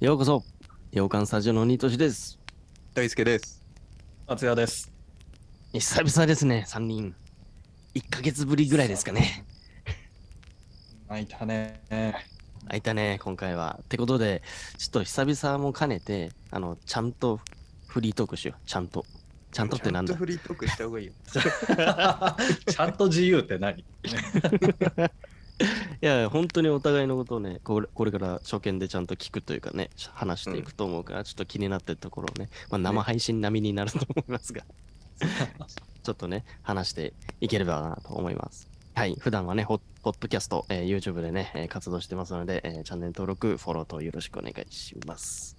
ようこそ洋館スタジオのニトシです大輔です。松也です。久々ですね3人1ヶ月ぶりぐらいですかね泣いたね。空いたね今回はってことでちょっと久々も兼ねてあのちゃんとフリートークしようちゃんとちゃんとってなんちゃだんとフリートークした方がいい よ。ちゃんと自由って何いやいや、本当にお互いのことをね、これこれから初見でちゃんと聞くというかね、し話していくと思うから、ちょっと気になってるところをね、まあ、生配信並みになると思いますが、ちょっとね、話していければなと思います。はい、普段はね、ホポッドキャスト、えー YouTube でね、えー活動してますので、えーチャンネル登録、フォローとよろしくお願いします。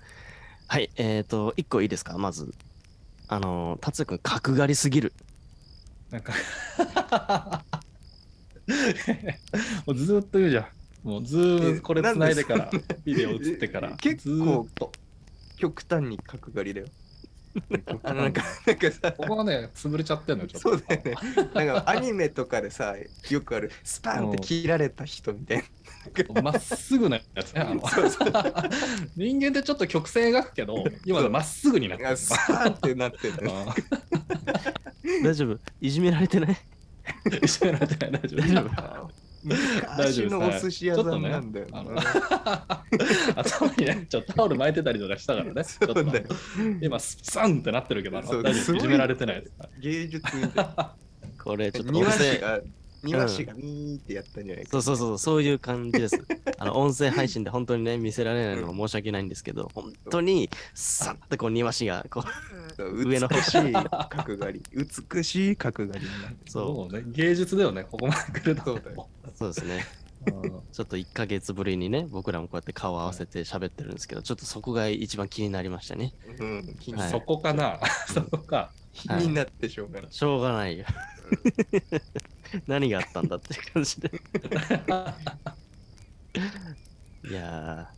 はい、えっ、と、1個いいですか、まず。あのー、達也くん、角刈りすぎる。なんか もうずーっと言うじゃん。もうずーこれ繋いでから、ビデオ映ってから。結ずーっ構と。極端に角刈りだよ。あのなんか、なんかさ、ここはね、潰れちゃってんのよちょっと。そうだよね。なんかアニメとかでさ、よくある、スパンって切られた人みたいな。まっすぐなやつね。あの 人間ってちょっと曲線描くけど、今のまっすぐになってある。スパンってなってる。大丈夫いじめられてない一緒になってない大丈大丈夫夫。 大昔丈の夫おです寿司屋さんなんだよな。ちょっとね頭にね、ちょっとタオル巻いてたりとかしたからね。ちょっそとうだよ今、スサンってなってるけど、あのそう大すご丈夫いいじめられてないです。 芸術みたいな。これ、ちょっと庭音声師が、庭師がミーってやったんじゃないか。そうそうそう、そういう感じです。 あの音声配信で本当にね、見せられないのが申し訳ないんですけど、本当にさっとこう庭師がこ上の方美しい角刈り。美しい角刈りになってる。う、そそうね、芸術だよね、ここまで来るそとうだ。よう、そうですね。うんちょっと1ヶ月ぶりにね、僕らもこうやって顔合わせて喋ってるんですけど、ちょっとそこが一番気になりましたね。うん、気にはいそこかな、そこか。気になってしょうがない。しょうがないよ。 何があったんだって感じで。いやー。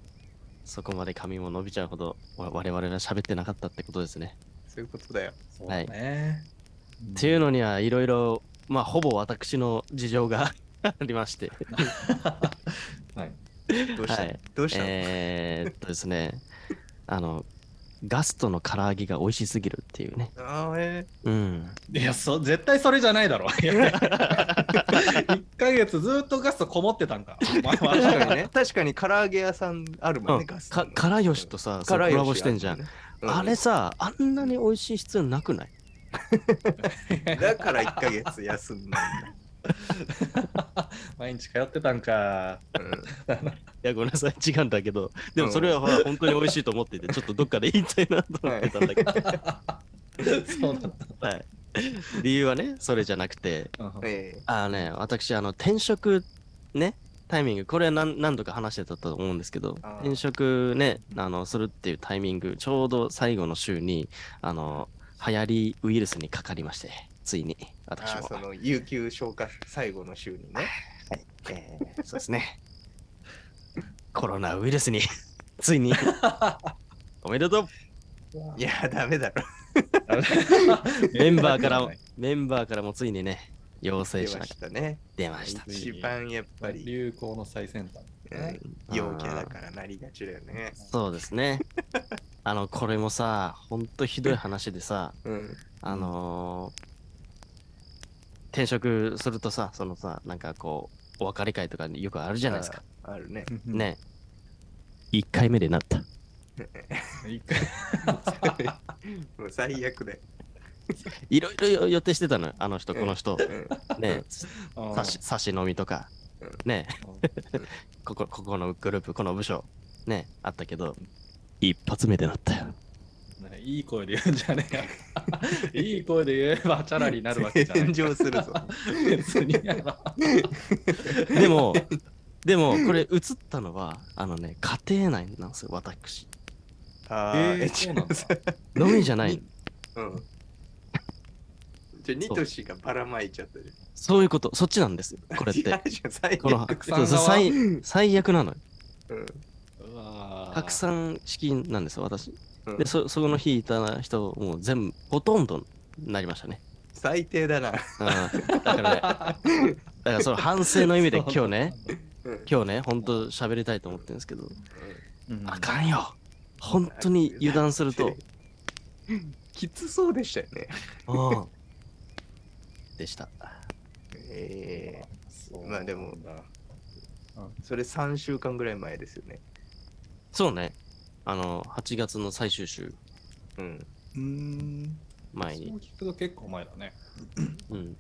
そこまで髪も伸びちゃうほどわ我々が喋ってなかったってことですね。そういうことだよ。そうね。っていうのにはいろいろ、まあほぼ私の事情が ありまして。はい。どうした、はいどうしたの、えー、っとですね、 あの、ガストの唐揚げが美味しすぎるっていうね。あーえうん。いやそ、絶対それじゃな いだろ。いや一ヶ月ずっとガストこもってたんか。まあまあー、確かにね、確かに唐揚げ屋さんあるもんね、うんガスか、からよしとさ、そう唐揚げコラボしてんじゃん。あれさ、あんなに美味しい必要なくないだから1ヶ月休んだん毎日通ってたんか。だ。うんいや、ごめんなさい、違うんだけど、でもそれはほら本当に美味しいと思ってて、ちょっとどっかで言いたいなと思ってたんだけ ど、そうだっはい。理由はね、それじゃなくて、た。うんええあのね、私、あの、転職ね、タイミング、これは何何度か話してたと思うんですけどあー、転職ね、あの、するっていうタイミング、ちょうど最後の週に、あの、流行りウイルスにかかりまして、ついに、私ああも。その有給消化最後の週にね。えーそうですね。コロナウイルスに、 ついに。おめでとういや、ダメだろ。メンバー からも、メンバーからもついにね、陽性出者まがしたね。出ました。ついに一番やっぱり、流行の最先端。うんうん陽キャだからなりがちだよね。そうですね。あの、これもさ、ほんとひどい話でさ、うん。あのー転職するとさ、そのさ、なんかこう、お別れ会とかよくあるじゃないですか。ある ね。ね。1回目でなった。一回。もう最悪だよ。いろいろ予定してたのよ、あの人、うんこの 人。うんね、うん差し差し飲みとかうん、ね、うんここここのグループ、この部署、ね、あったけど、一発目でなったよ。ねいい声で言うんじゃねえ よ。いい声で言えばチャラになるわけじゃない炎。上するぞ。別にやなでも、でも、これ映ったのは、あのね、家庭内なんですよ、私。あえーー、そうなんだ。飲みじゃない。うん。じゃあ、ニトシがばらまいちゃったじゃん。そういうこと、そっちなんですよ、これっいやて。じゃあ最この悪。さん側そうそう最最悪なのよ。うんうわ拡ん。散式なんですよ、私。うんで、そ、そこの日いた人、もう全部、ほとんどなりましたね。最低だうな。ん、だから ね、だからその反省の意味で今日ね、うん今日ね、ほんと喋りたいと思ってるんですけど、うん。あかんよ。本当に油断すると、きつそうでしたよね。うんでした。ええそうまあでもなんだそれ3週間ぐらい前ですよね。そうね。あの、8月の最終週うん。うん。前そうに。聞くと結構前だね。うん。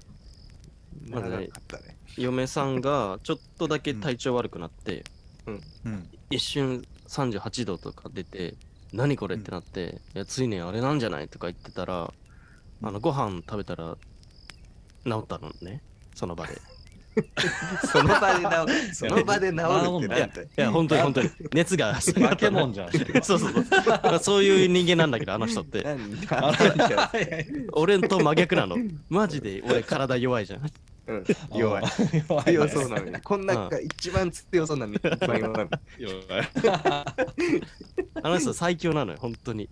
ままだだねなかったね。嫁さんがちょっとだけ体調悪くなって、うん。 一瞬38度とか出て、何これってなって、いや、ついね、あれなんじゃないとか言ってたら、あの、ご飯食べたら治ったのね。その場で。いその場で治る。その場で治るってなんだよ。や、本当に本当に。熱が下が化っけたの。物じゃん。 そうそうそう。そういう人間なんだけど、あの人って。なんあだらいやい俺と真逆なの。マジで俺体弱いじゃん。うんや 弱い。。弱い。強そうなのに。こんなが一番強そうなのに。一番弱い弱い。あの人最強なのよ、本当に。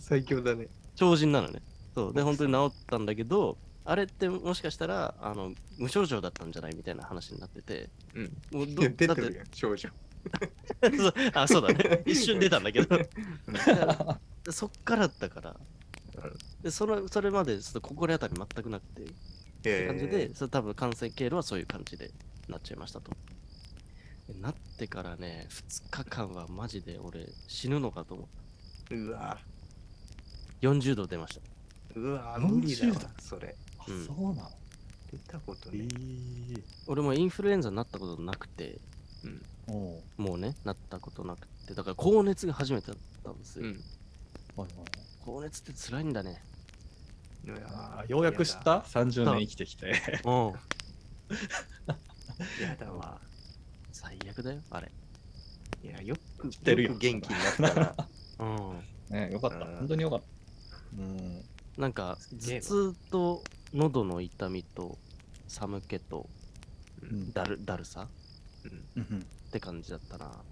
最強だね。超人なのね。そう。で、本当に治ったんだけど、あれってもしかしたら、あの、無症状だったんじゃないみたいな話になってて。うん。もういや 出だってるやん、症状。てそうあ、そうだ ね。一瞬出たんだけど。 でそっからだからうん。でそれそれまでちょっと心当たり全くなくて、って感じで、それ多分感染経路はそういう感じでなっちゃいましたと。でなってからね、2日間はマジで俺死ぬのかと思った。えーうわ40度出ました。うわ無理だわ40だそれあうんそうなの出たことえね俺もインフルエンザになったことなくて、えおうもうね、なったことなくて、だから高熱が初めてだったんですよ。うんはいはい高熱って辛いんだね。うわあようやく知った30年生きてきて。 うん。やだわ最悪だよ、あれ。いやよく知ってるよよく元気にな ったなうん。ねよかった。うん本当によかった。うん。なんか、すげえ頭わ痛と喉の痛みと寒気とううんんだるだるさうんって感じだったな。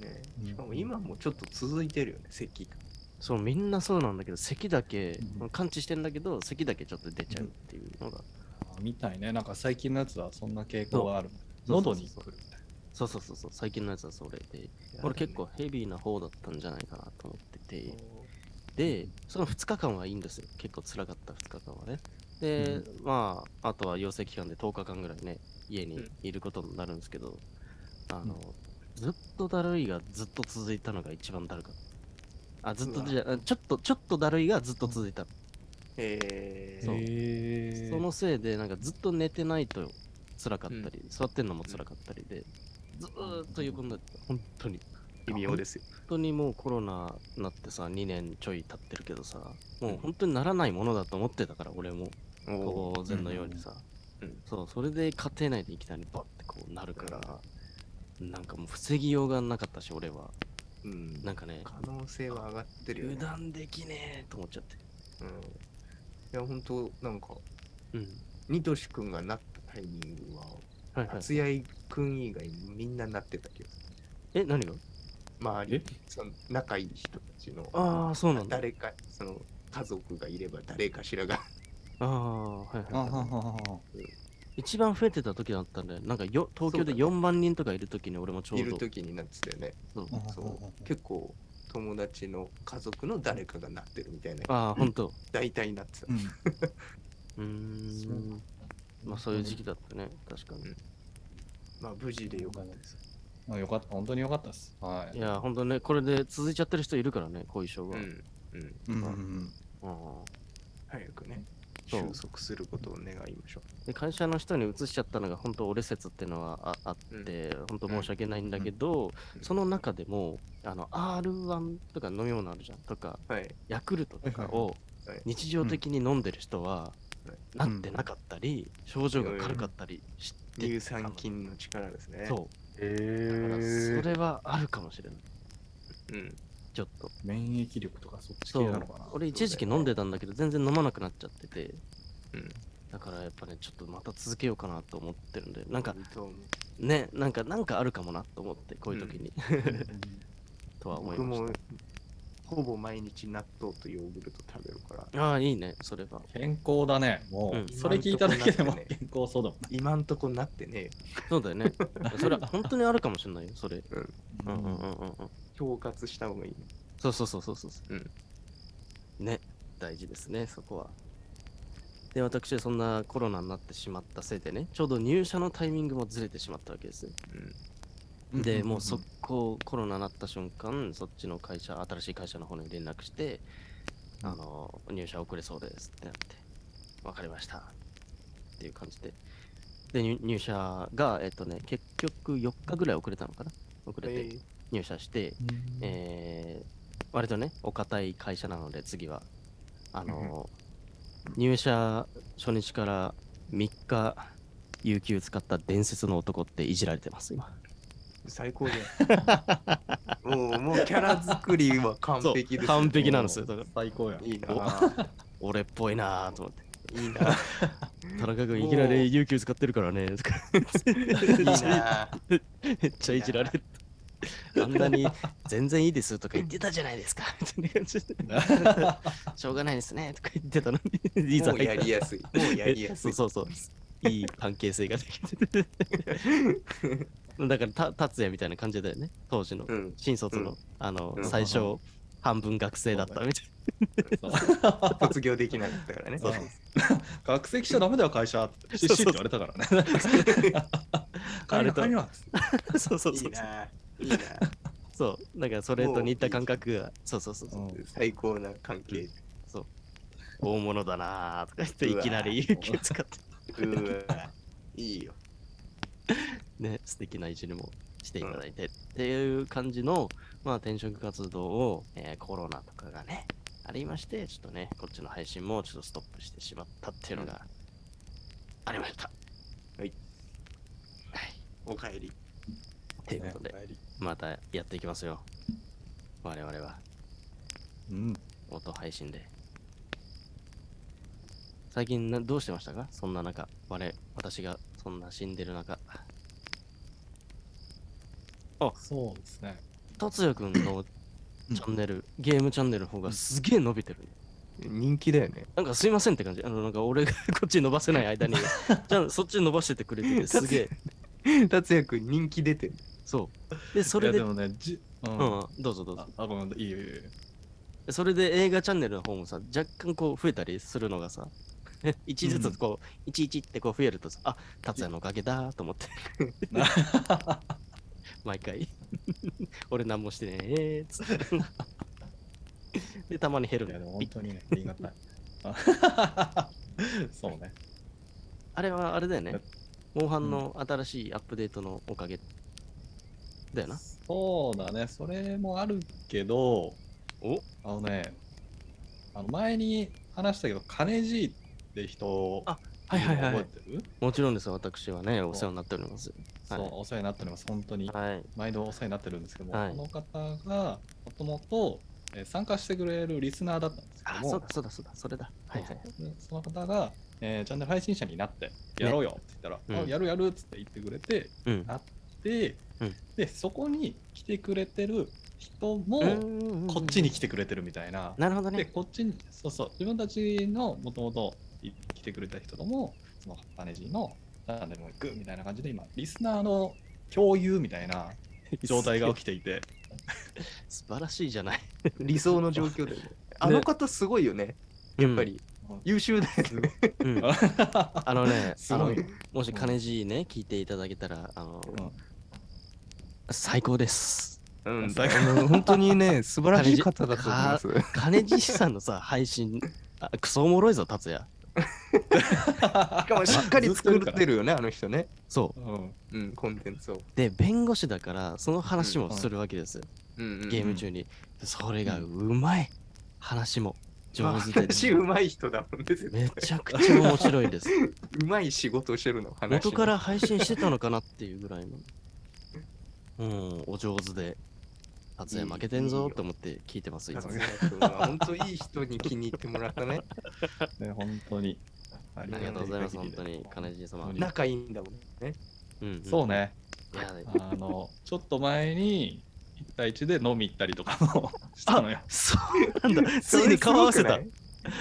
ねうんしかも今もちょっと続いてるよね咳がそう、みんなそうなんだけど、咳だけうん、感知してんだけど、咳だけちょっと出ちゃうっていうのが。あみたいね。なんか最近のやつはそんな傾向がある。そう喉に来るみたいそうそうそうそう、最近のやつはそれで。やだね俺結構ヘビーな方だったんじゃないかなと思ってて。こで、その2日間はいいんですよ。結構辛かった2日間はね。で、まあ、あとは養成期間で10日間ぐらいね、家にいることになるんですけど、あの、ずっとだるいがずっと続いたのが一番だるかった。あ、ずっとじゃ、あちょっと、ちょっとだるいがずっと続いた。うえそうーへえ。そのせいで、なんかずっと寝てないと辛かったり、座ってんのも辛かったりで、ずーっと横になって、本当に。微妙ですよ本当にもうコロナになってさ2年ちょい経ってるけどさもう本当にならないものだと思ってたから俺もおー当然のようにさ、うんうんそうそれで家庭内でいきなりバッてこうなるから、なんかもう防ぎようがなかったし俺はうんなんかね可能性は上がってるよ油ね断できねえと思っちゃってうんいや本当なんかうんニトシ君がなったタイミングははいはい厚谷君以外みんななってたけどえ何が周りえその仲いい人たちのああそうなんだ誰かその家族がいれば誰かしらがああはいはいあははい、はは一番増えてた時だったんだよなんかよ東京でそうだね4万人とかいる時に俺もちょういどる時になってたよねそうはそう結構友達の家族の誰かがなってるみたいなああ本当大体なってた、ううーんんまあそういう時期だったね、確かに。まあ無事でよかったです、まあ、よかった、本当によかったです。はい。いや、ほんとね、これで続いちゃってる人いるからね、後遺症うが。んうん、うんうんうん早くねそう収束することを願いましょで会社の人に移しちゃったのが、本当俺説っていうのはああって、本当申し訳ないんだけど、うんその中でも、あの、R1 とか飲み物あるじゃん、とか、うはいヤクルトとかをはいはい日常的に飲んでる人は、なってなかったり、症状が軽かったりして、乳酸菌の力ですねそうへだからえそれはあるかもしれない、う、うん、ちょっと。免疫力とかそっち系そなうのかな。俺一時期飲んでたんだけど全然飲まなくなっちゃってて、うんだからやっぱねちょっとまた続けようかなと思ってるんでなんかいいと思うねなんかなんかあるかもなと思ってこういう時に、とは思い僕ましもほぼ毎日納豆とヨーグルト食べるからたああいいねそれは健康だね。もう、うんそれ聞いただけでも今んとこなって健康そうだもんね。今んとこなってね そうだよねそれは本当にあるかもしれないよそれうんうんうんうんうんうん恐喝した方がいい。そうそうそうそうそう。うんね、大事ですね、そこは。で、私はそんなコロナになってしまったせいでね、ちょうど入社のタイミングもずれてしまったわけです。で、もう速攻コロナなった瞬間、そっちの会社、新しい会社の方に連絡して、うんあの、入社遅れそうですってなって、わかりました。っていう感じで。で、入入社が、えっとね、結局4日ぐらい遅れたのかな遅れてえ入社して、えー割とね、お堅い会社なので、次は、あのー入社初日から3日、有給使った伝説の男っていじられてます、今。ー最高じ ゃん。もう、もうキャラ作りは完そう璧です、完璧なんですよ。だから最高や。いいなぁ俺っぽいなぁと思って。いいなぁ田中君、いきなり有給使ってるからね。 とかいいなぁめっちゃいじられて。あんなに全然いいですとか言ってたじゃないですか。みたいな感じ でしょうがないですねとか言ってたのに、いざもう入っやたりやすい。もうやりやすい。そうそうそう。いい関係性ができて て。だからた、達也みたいな感じだよね。当時の、うん。新卒の、うんあの、うん最初、半分学生だったみたい卒業できなかったからね。そう 学籍しちゃダメだよ、会社。出身って言われたからね。あ 帰れると帰るわ。な。 そうそういそそう。いうなぁいいなぁそう。だから、それと似た感覚が、そうそうそうそう。最高な関係。大物だなーとか言って、ういわーきなり勇気を使って、うわいいよ。ね、素敵ないじりもしていただいて、っていう感じの、まあ、転職活動を、えーコロナとかがね、ありまして、ちょっとね、こっちの配信もちょっとストップしてしまったっていうのがありました。はい。はい。おかえり。ということで、またやっていきますよ。我々は、うん。音配信で。最近な、どうしてましたかそんな中、我、私がそんな死んでる中。そうですね。達也くん のチャンネル、ゲームチャンネルの方がすげえ伸びてるね、人気だよね。なんかすいませんって感じ。あの、なんか俺が こっち伸ばせない 間に、じゃあそっち伸ばしててくれてて、すげえ。 達也くん人気出てる。そう。で、そそれれで、でうん、もね、じううんん。どうぞどうぞあ。、あごめん、いいよいいよいいよ。それで映画チャンネルの方もさ、若干こう増えたりするのがさ、 一ずつこう、一一ってこう増えるとさ、あ、達也のおかげだと 思って、毎回。 俺何もしてねえ、つって。 で、たまに減るいやでもの本。当にね、ありがたい。あ そうね。あれはあれだよね。モンハンの新しいアップデートのおかげだよな。そうだね、それもあるけど、おあのね、あの前に話したけど、金じいって人あはいはいはい覚えてるもちろんですよ、私はね、うお世話になっております。そう、はいお世話になっております、本当に。はい。毎度お世話になってるんですけども、はいこの方がもともとえー参加してくれるリスナーだったんですけどあ、も、そうだそうだそうだ、それだ。はいはい。でその方が、えーチャンネル配信者になって、やろうよって言ったら、うんあやるやるっつって言ってくれて、うん。なって、うんで、そこに来てくれてる人うも、んうんうんこっちに来てくれてるみたいな。なるほどで、ね。こっちに、そうそう、自分たちのもともと来てくれた人とも、そのマネジーのチャンネルも行くみたいな感じで、今、リスナーの共有みたいな状態が起きていて、、素晴らしいじゃない。理想の状況だよね。あの方すごいよね。ややっぱ。り優秀だよね。うんあのね すごい あの。もし金じいね、聞いていただけたら、あの、うん最高です。 うん最高あの本当にね、素晴らしい方だと思います。金じいさんの さ、配信、あクソおもろいぞ、達也。しかもしっかり作ってるよね、あの人ね。そう。 うんうん、コンテンツを。で、弁護士だから、その話もするわけですよ、うん、うん。ゲーム中に。それがうまい。話も上手で。話うまい人だもんですよめね。ちゃくちゃ面白いです。うまい仕事をしてるの、話。元か。ら配信してたのかなっていうぐらいの。うん、お上手で。達也負けてんぞと思って聞いてます、いつも。本当いい人に気に入ってもらったね。ね、本当に。あありがとうございます、本当に、金金じい様。仲いいんだもんね。うんうんそう。ね、いやあの、ちょっと前に、1対1で飲み行ったりとかもしたのよ。そうなんだ。ついに顔合わせた。。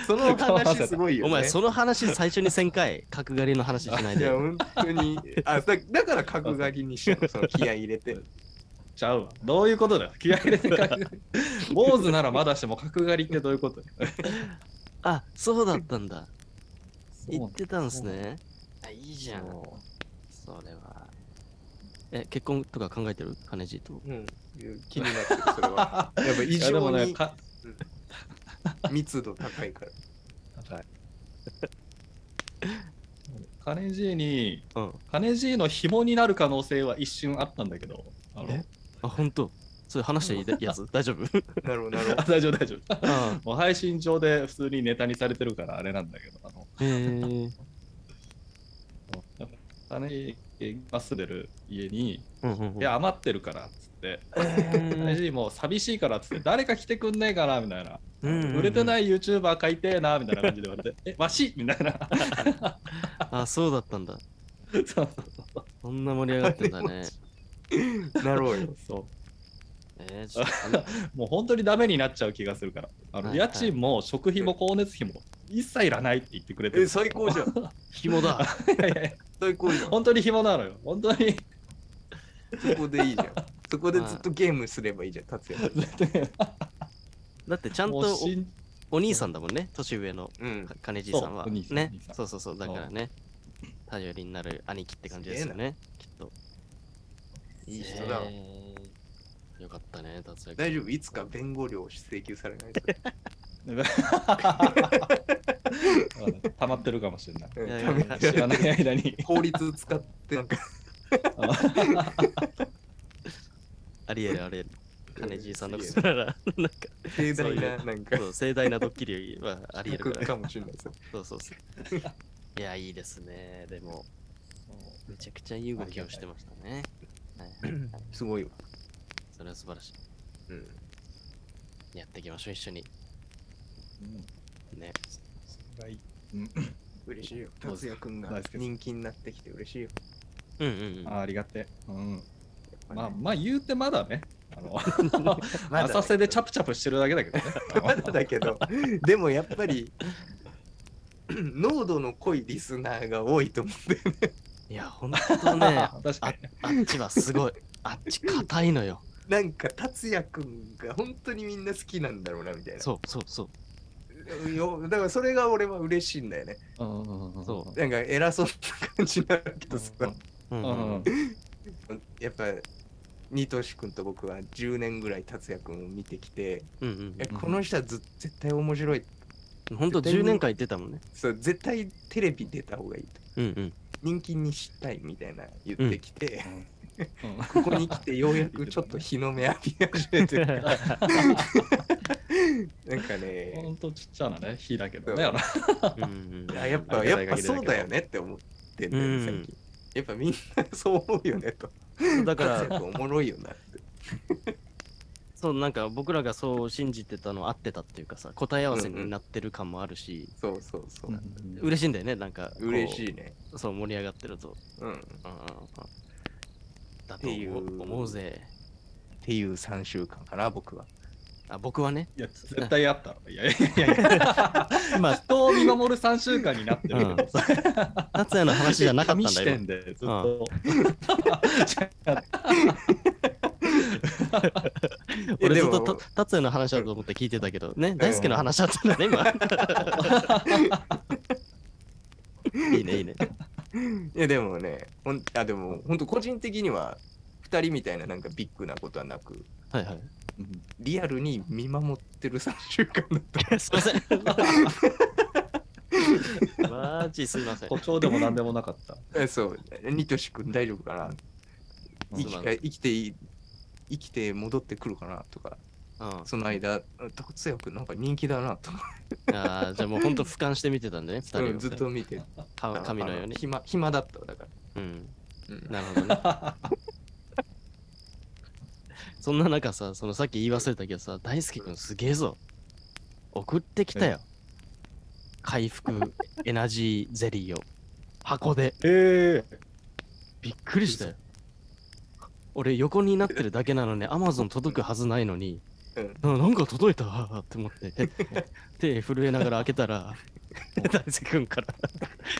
その話すごいよ、ね。お前、その話最初に1000回、角刈りの話しないいで。や、本当に。あだだから角刈りにしたの、その気合い入れて。ちゃうわ。どういうことだよ気合い入れて書く。坊主ならまだしても角刈りってどういうことよあ、そうだったんだ。そう言ってたんですね。あ、いいじゃなんんだ。。それは。え、結婚とか考えてる金じと。うん、気になってる、それは。あやっぱ異いやで常もね、にか密度高いから。はい。金爺に、うん。金爺の紐になる可能性は一瞬あったんだけど、あのえあ、ほんと。それ話していいやつ大丈夫なるほど、なるほあど。大丈夫大丈夫。あもう配信上で普通にネタにされてるからあれなんだけど、あの、あ。へえ。やっぱ金爺が住んでる家に、うんうんうん。いや、余ってるからっつって、金え爺もう寂しいからっつって、誰か来てくんねえかなみたいな、うんうんうん売れてない YouTuber 買いてえなみたいな感じで 言われて、え、わしみたいな。ー あ、そうだったんだ。そうそうそんな盛り上がってんだね。な ろうよ。そう。えー、ちょっとあもう本当にダメになっちゃう気がするから。あのはいはい家賃も食費も光熱費も一切いらないって言ってくれてる。え、最高じゃん。紐だ。いやいやいや最高じゃん。 本当に暇なのよ。本当に。そこでいいじゃん。そこでずっとゲームすればいいじゃん、達也。だってちゃんともおうしん お兄さんだもんね、年上のうん。金じいさんは。そうお兄さんおね兄さ。んそうそうそう、だからね。頼りになる兄貴って感じですよね、きっと。いい人だわ。へーよかったね、達也君大丈夫、いつか弁護料を請求されないと。溜まってるかもしれない。うんいやいダやメいや知ら ない 間に。法律使って、なんか、ありえるありえる。金じいさんのことなら、なんか、盛大な、なんかそ、う盛大なドッキ リはありえる行かくら。かもしれないですよ。そうそうそう。いや、いいですね。でも、めちゃくちゃいい動きをしてましたね。はいはいはいすごいわ。それは素晴らしうん。い。やっていきましょう、一緒に。うんね。それがいいうん嬉しいよ。そう達也くんナがイスです人気になってきて嬉しいよ。うんうんうん。あありがてえ。うん。やっぱねまあまあ言うてまだね。あの、まだ浅瀬でチャプチャプしてるだけだけどね。ま だだけど、 でもやっぱり、 濃度の濃いリスナーが多いと思うんだよね。いや、ほんとね、 確かに。あっちはすごい。あっち硬いのよ。なんか、達也くんが本当にみんな好きなんだろうな、みたいな。そうそうそう。よだからそれが俺は嬉しいんだよね。うんうんうんそなんか偉そうな感じになるけどさ、うんうんうん。やっぱ、ニトシ君と僕は10年ぐらい達也君を見てきて、うんえこの人はず絶対面白い。うん。ほんと絶対に10年間言ってたもんね。そう絶対テレビ出た方がいいと。うんうん。人気にしたいみたいな言ってきて。うんここに来てようやくちょっと日の目浴び始 めてる。なんかほね、んとちっちゃなね、火だけどそうね。あのうんうんあやっぱ、やっぱそうだよねって思ってんだよね、うん最近。やっぱみんなそう思うよねと。だか活ら、躍おもろいよなって。そう、なんか僕らがそう信じてたの合ってたっていうかさ、答え合わせになってる感もあるし、そうそうそう。嬉しいんだよね、なんか。嬉しい。いね。そう、盛り上がってると。うん。っうんうんうんだてという思う思うぜ。ていう3週間かな、僕は。あ、僕 はね。いや、絶対あった。いやいやいや、まあ、人を見守る3週間になってるけうんど、達也の話じゃなかったん紙だ視よ点。でずっと。今俺でずっもとた達也の話だと思って聞いてたけど、ね、大輔の話だったんだね、 今。いいね、いいね。いや、でもね、ほんあでも本当個人的には2人みたいななんかビッグなことはなく、はいはい。 リアルに見守ってる3週間だった。すいません。マジすいません。誇張でも何でもなかった。え そう、ニトシ君大丈夫かない生いきまえ生きていい生きて戻ってくるかなとか、うん、あその間、達也君なんか人気だなとか、ーじゃあもうほんと俯瞰して見てたんだね、二人を、うんずっと見てたか神のように。暇暇だったわだから。うん。うんなるほどね。そんな中さ、そのさっき言い忘れたけどさ、大輔くんすげえぞ。送ってきたよ。回復エナジーゼリーを。箱で。えびっくりしたよ。俺横になってるだけなのに Amazon 届くはずないのに、うなんなんか届いたって思って手震えながら開けたら男性君から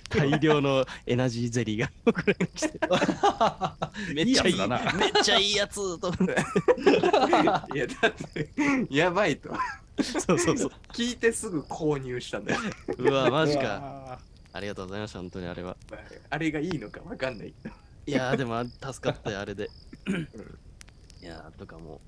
大量のエナジーゼリーが送られてきてめっちゃいいいいやつだなめっちゃいいやつと思って いや、だって、やばいと。そうそうそう聞いてすぐ購入したんだよ。う わマジうかわありがとうございました本当にあれは あれがいいのかわかんない。いやーでもあ助かったよあれでいやーとかも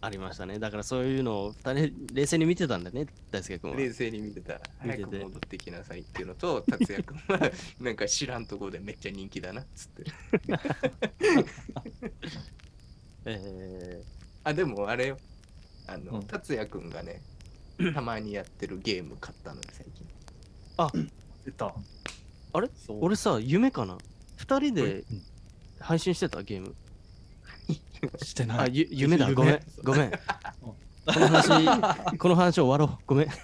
ありましたねだからそういうのを2人冷静に見てたんだね大輔君は冷静に見てた。見てて早く戻ってきなさいっていうのと、達也君 は、なんか知らんとこでめっちゃ人気だなっつって。えあ、でもあれよ。あの、うん達也君 がね、たまにやってるゲーム買ったのよ、最近。ー出たあれそうー、俺さ夢かな2人で配信してたゲームしてなあいゆ夢だごめんご めんこの話この話終わろうごめんちょっ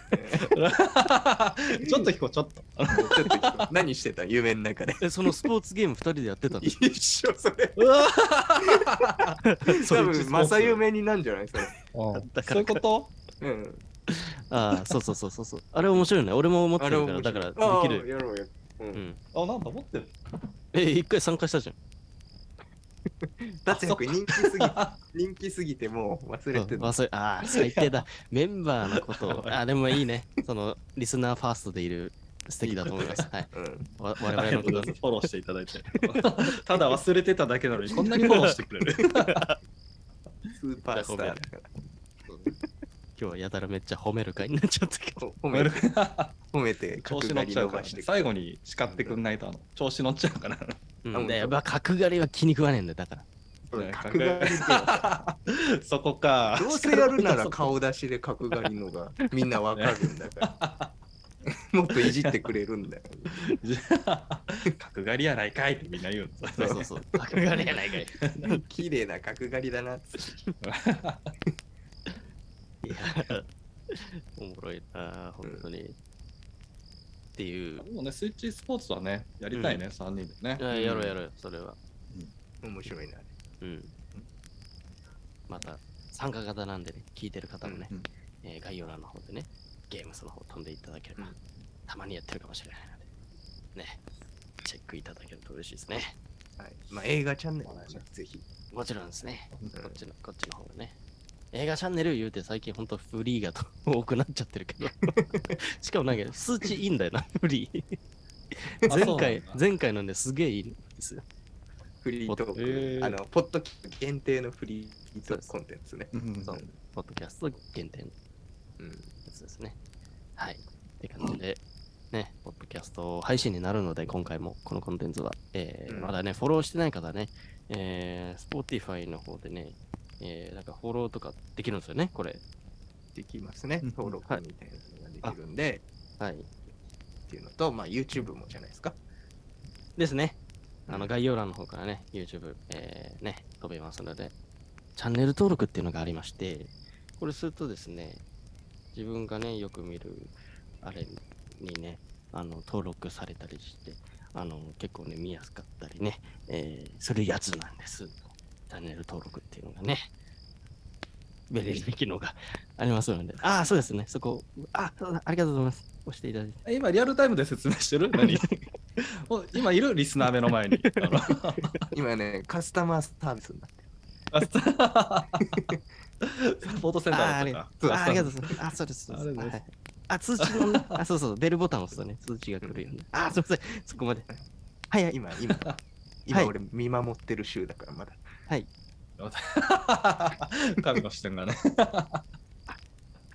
と聞こうちょちょっとっと聞こう何してた夢の 中で。えそのスポーツゲーム2人でやってたの一緒それ。うわそ 多う分、正夢になんじゃないそれ。だそかういらうことうん。ああそうそうそうそうそうあれ面白いね俺も思ってあれる面か白らいだからああできるやろうよ。う。うんんあなんだ持ってるえ一回参加したじゃん達也君人気すぎ、人気すぎてもう忘れてうんた。忘れああ、最低だ。メンバーのことを。あーでもいいね。その、リスナーファーストでいる素敵だと思います。はい。うん。わあ我りが々とのことうございますフォローしていただいて ただ忘れてただけなのにこんなにフォローしてくれ るスーパースターだから。今日はやたらめっちゃ褒める回になっちゃったけど。ほ褒めて、褒めて、 調角子刈り乗っちゃ伸うから、ばしねて、く最後に叱ってくんないとあの調子乗っちゃうからうん、で、あやっ本ぱ角刈りは気に食わねえんだよ。だから。る。ね角刈りって そこかどうせやるなら顔出しで角刈りのがみんなわかるんだ から。もっといじってくれるんだよ。じゃあ 角刈りやないかいってみんな言うそのうそうそう。 角刈りやないかい。綺麗な角刈りだなっつって。いや、おもろいな、本当に。っていう。もうねスイッチスポーツはねやりたいね、三3人でねいややろうやろう、それは。面白いな。うん。また、参加型なんでね、聞いてる方もね、うんえー概要欄の方でね、ゲームその方飛んでいただければ、うんたまにやってるかもしれないので、ね、チェックいただけると嬉しいですね。はい、まあ映画チャンネルもねお願いしまぜひ。もちろんですね、うんこっちの、こっちの方がね。映画チャンネル言うて最近ほんとフリーがと多くなっちゃってるけ ど、しかもなんか数値いいんだよな、フリー。あそうな前んだ回、前回のね、すげえいいんですよ。フリートーク、へーあの、ポッドキャスト限定のフリートークコンテンツね。うんそうポッドキャスト限定のうん。やつですね。はい。って感じで、ね、ポッドキャスト配信になるので、今回もこのコンテンツは。えーうんまだね、フォローしてない方はね、えー、Spotify の方でね、えー、なんかフォローとかできるんですよね、これ。できますねうん。登録みたいなのができるんで、はい。っていうのと、まあ YouTube もじゃないですか。ですね。あうの、ん概要欄の方からね、YouTube、えー、ね、飛べますので、チャンネル登録っていうのがありまして、これするとですね、自分がね、よく見る、あれにね、あの、登録されたりして、あの、結構ね、見やすかったりね、えー、するやつなんです。チャンネル登録っていうのがね、便利な機能がありますので、ああ、そうですね、そこ、あそうだありがとうございます。押していただいて。今リアルタイムで説明 してる何お今いるリスナー目の前にあの今ね、カスタマーサービスになってる。あ スタサポートセンターだあっありたがかとうあありがとうございます。あ、そうです。そうですありがとうございはいあ、通知のね、あ、そうそう、ベルボタンを押すとね、通知が来るよね。あ、すみません、そこまで。はいはい、今、今、は今い俺見守ってる週だからまだ。神の視点がねは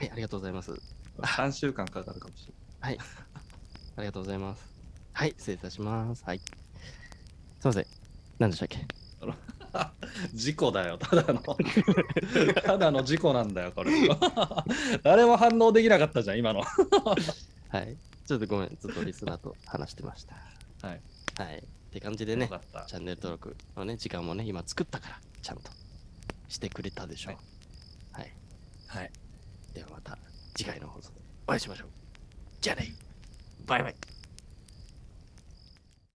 い、ありがとうございます。 3週間かかるかもしれありがとうございます。はい、失礼いたします。はい。すみません、何でしたっけない事故だよただ のただの事故なんだよこれ 誰も反応できなかったじゃん今のはい。ちょっとごめん、ずっとリスナーと話してました。はい。はい。って感じでよねか、ったチャンネル登録のね、時間もね、今作ったから、ちゃんとしてくれたでしょう。はい。はいではまた次回の放送でお会いしましょう。じゃあね、バイバイ。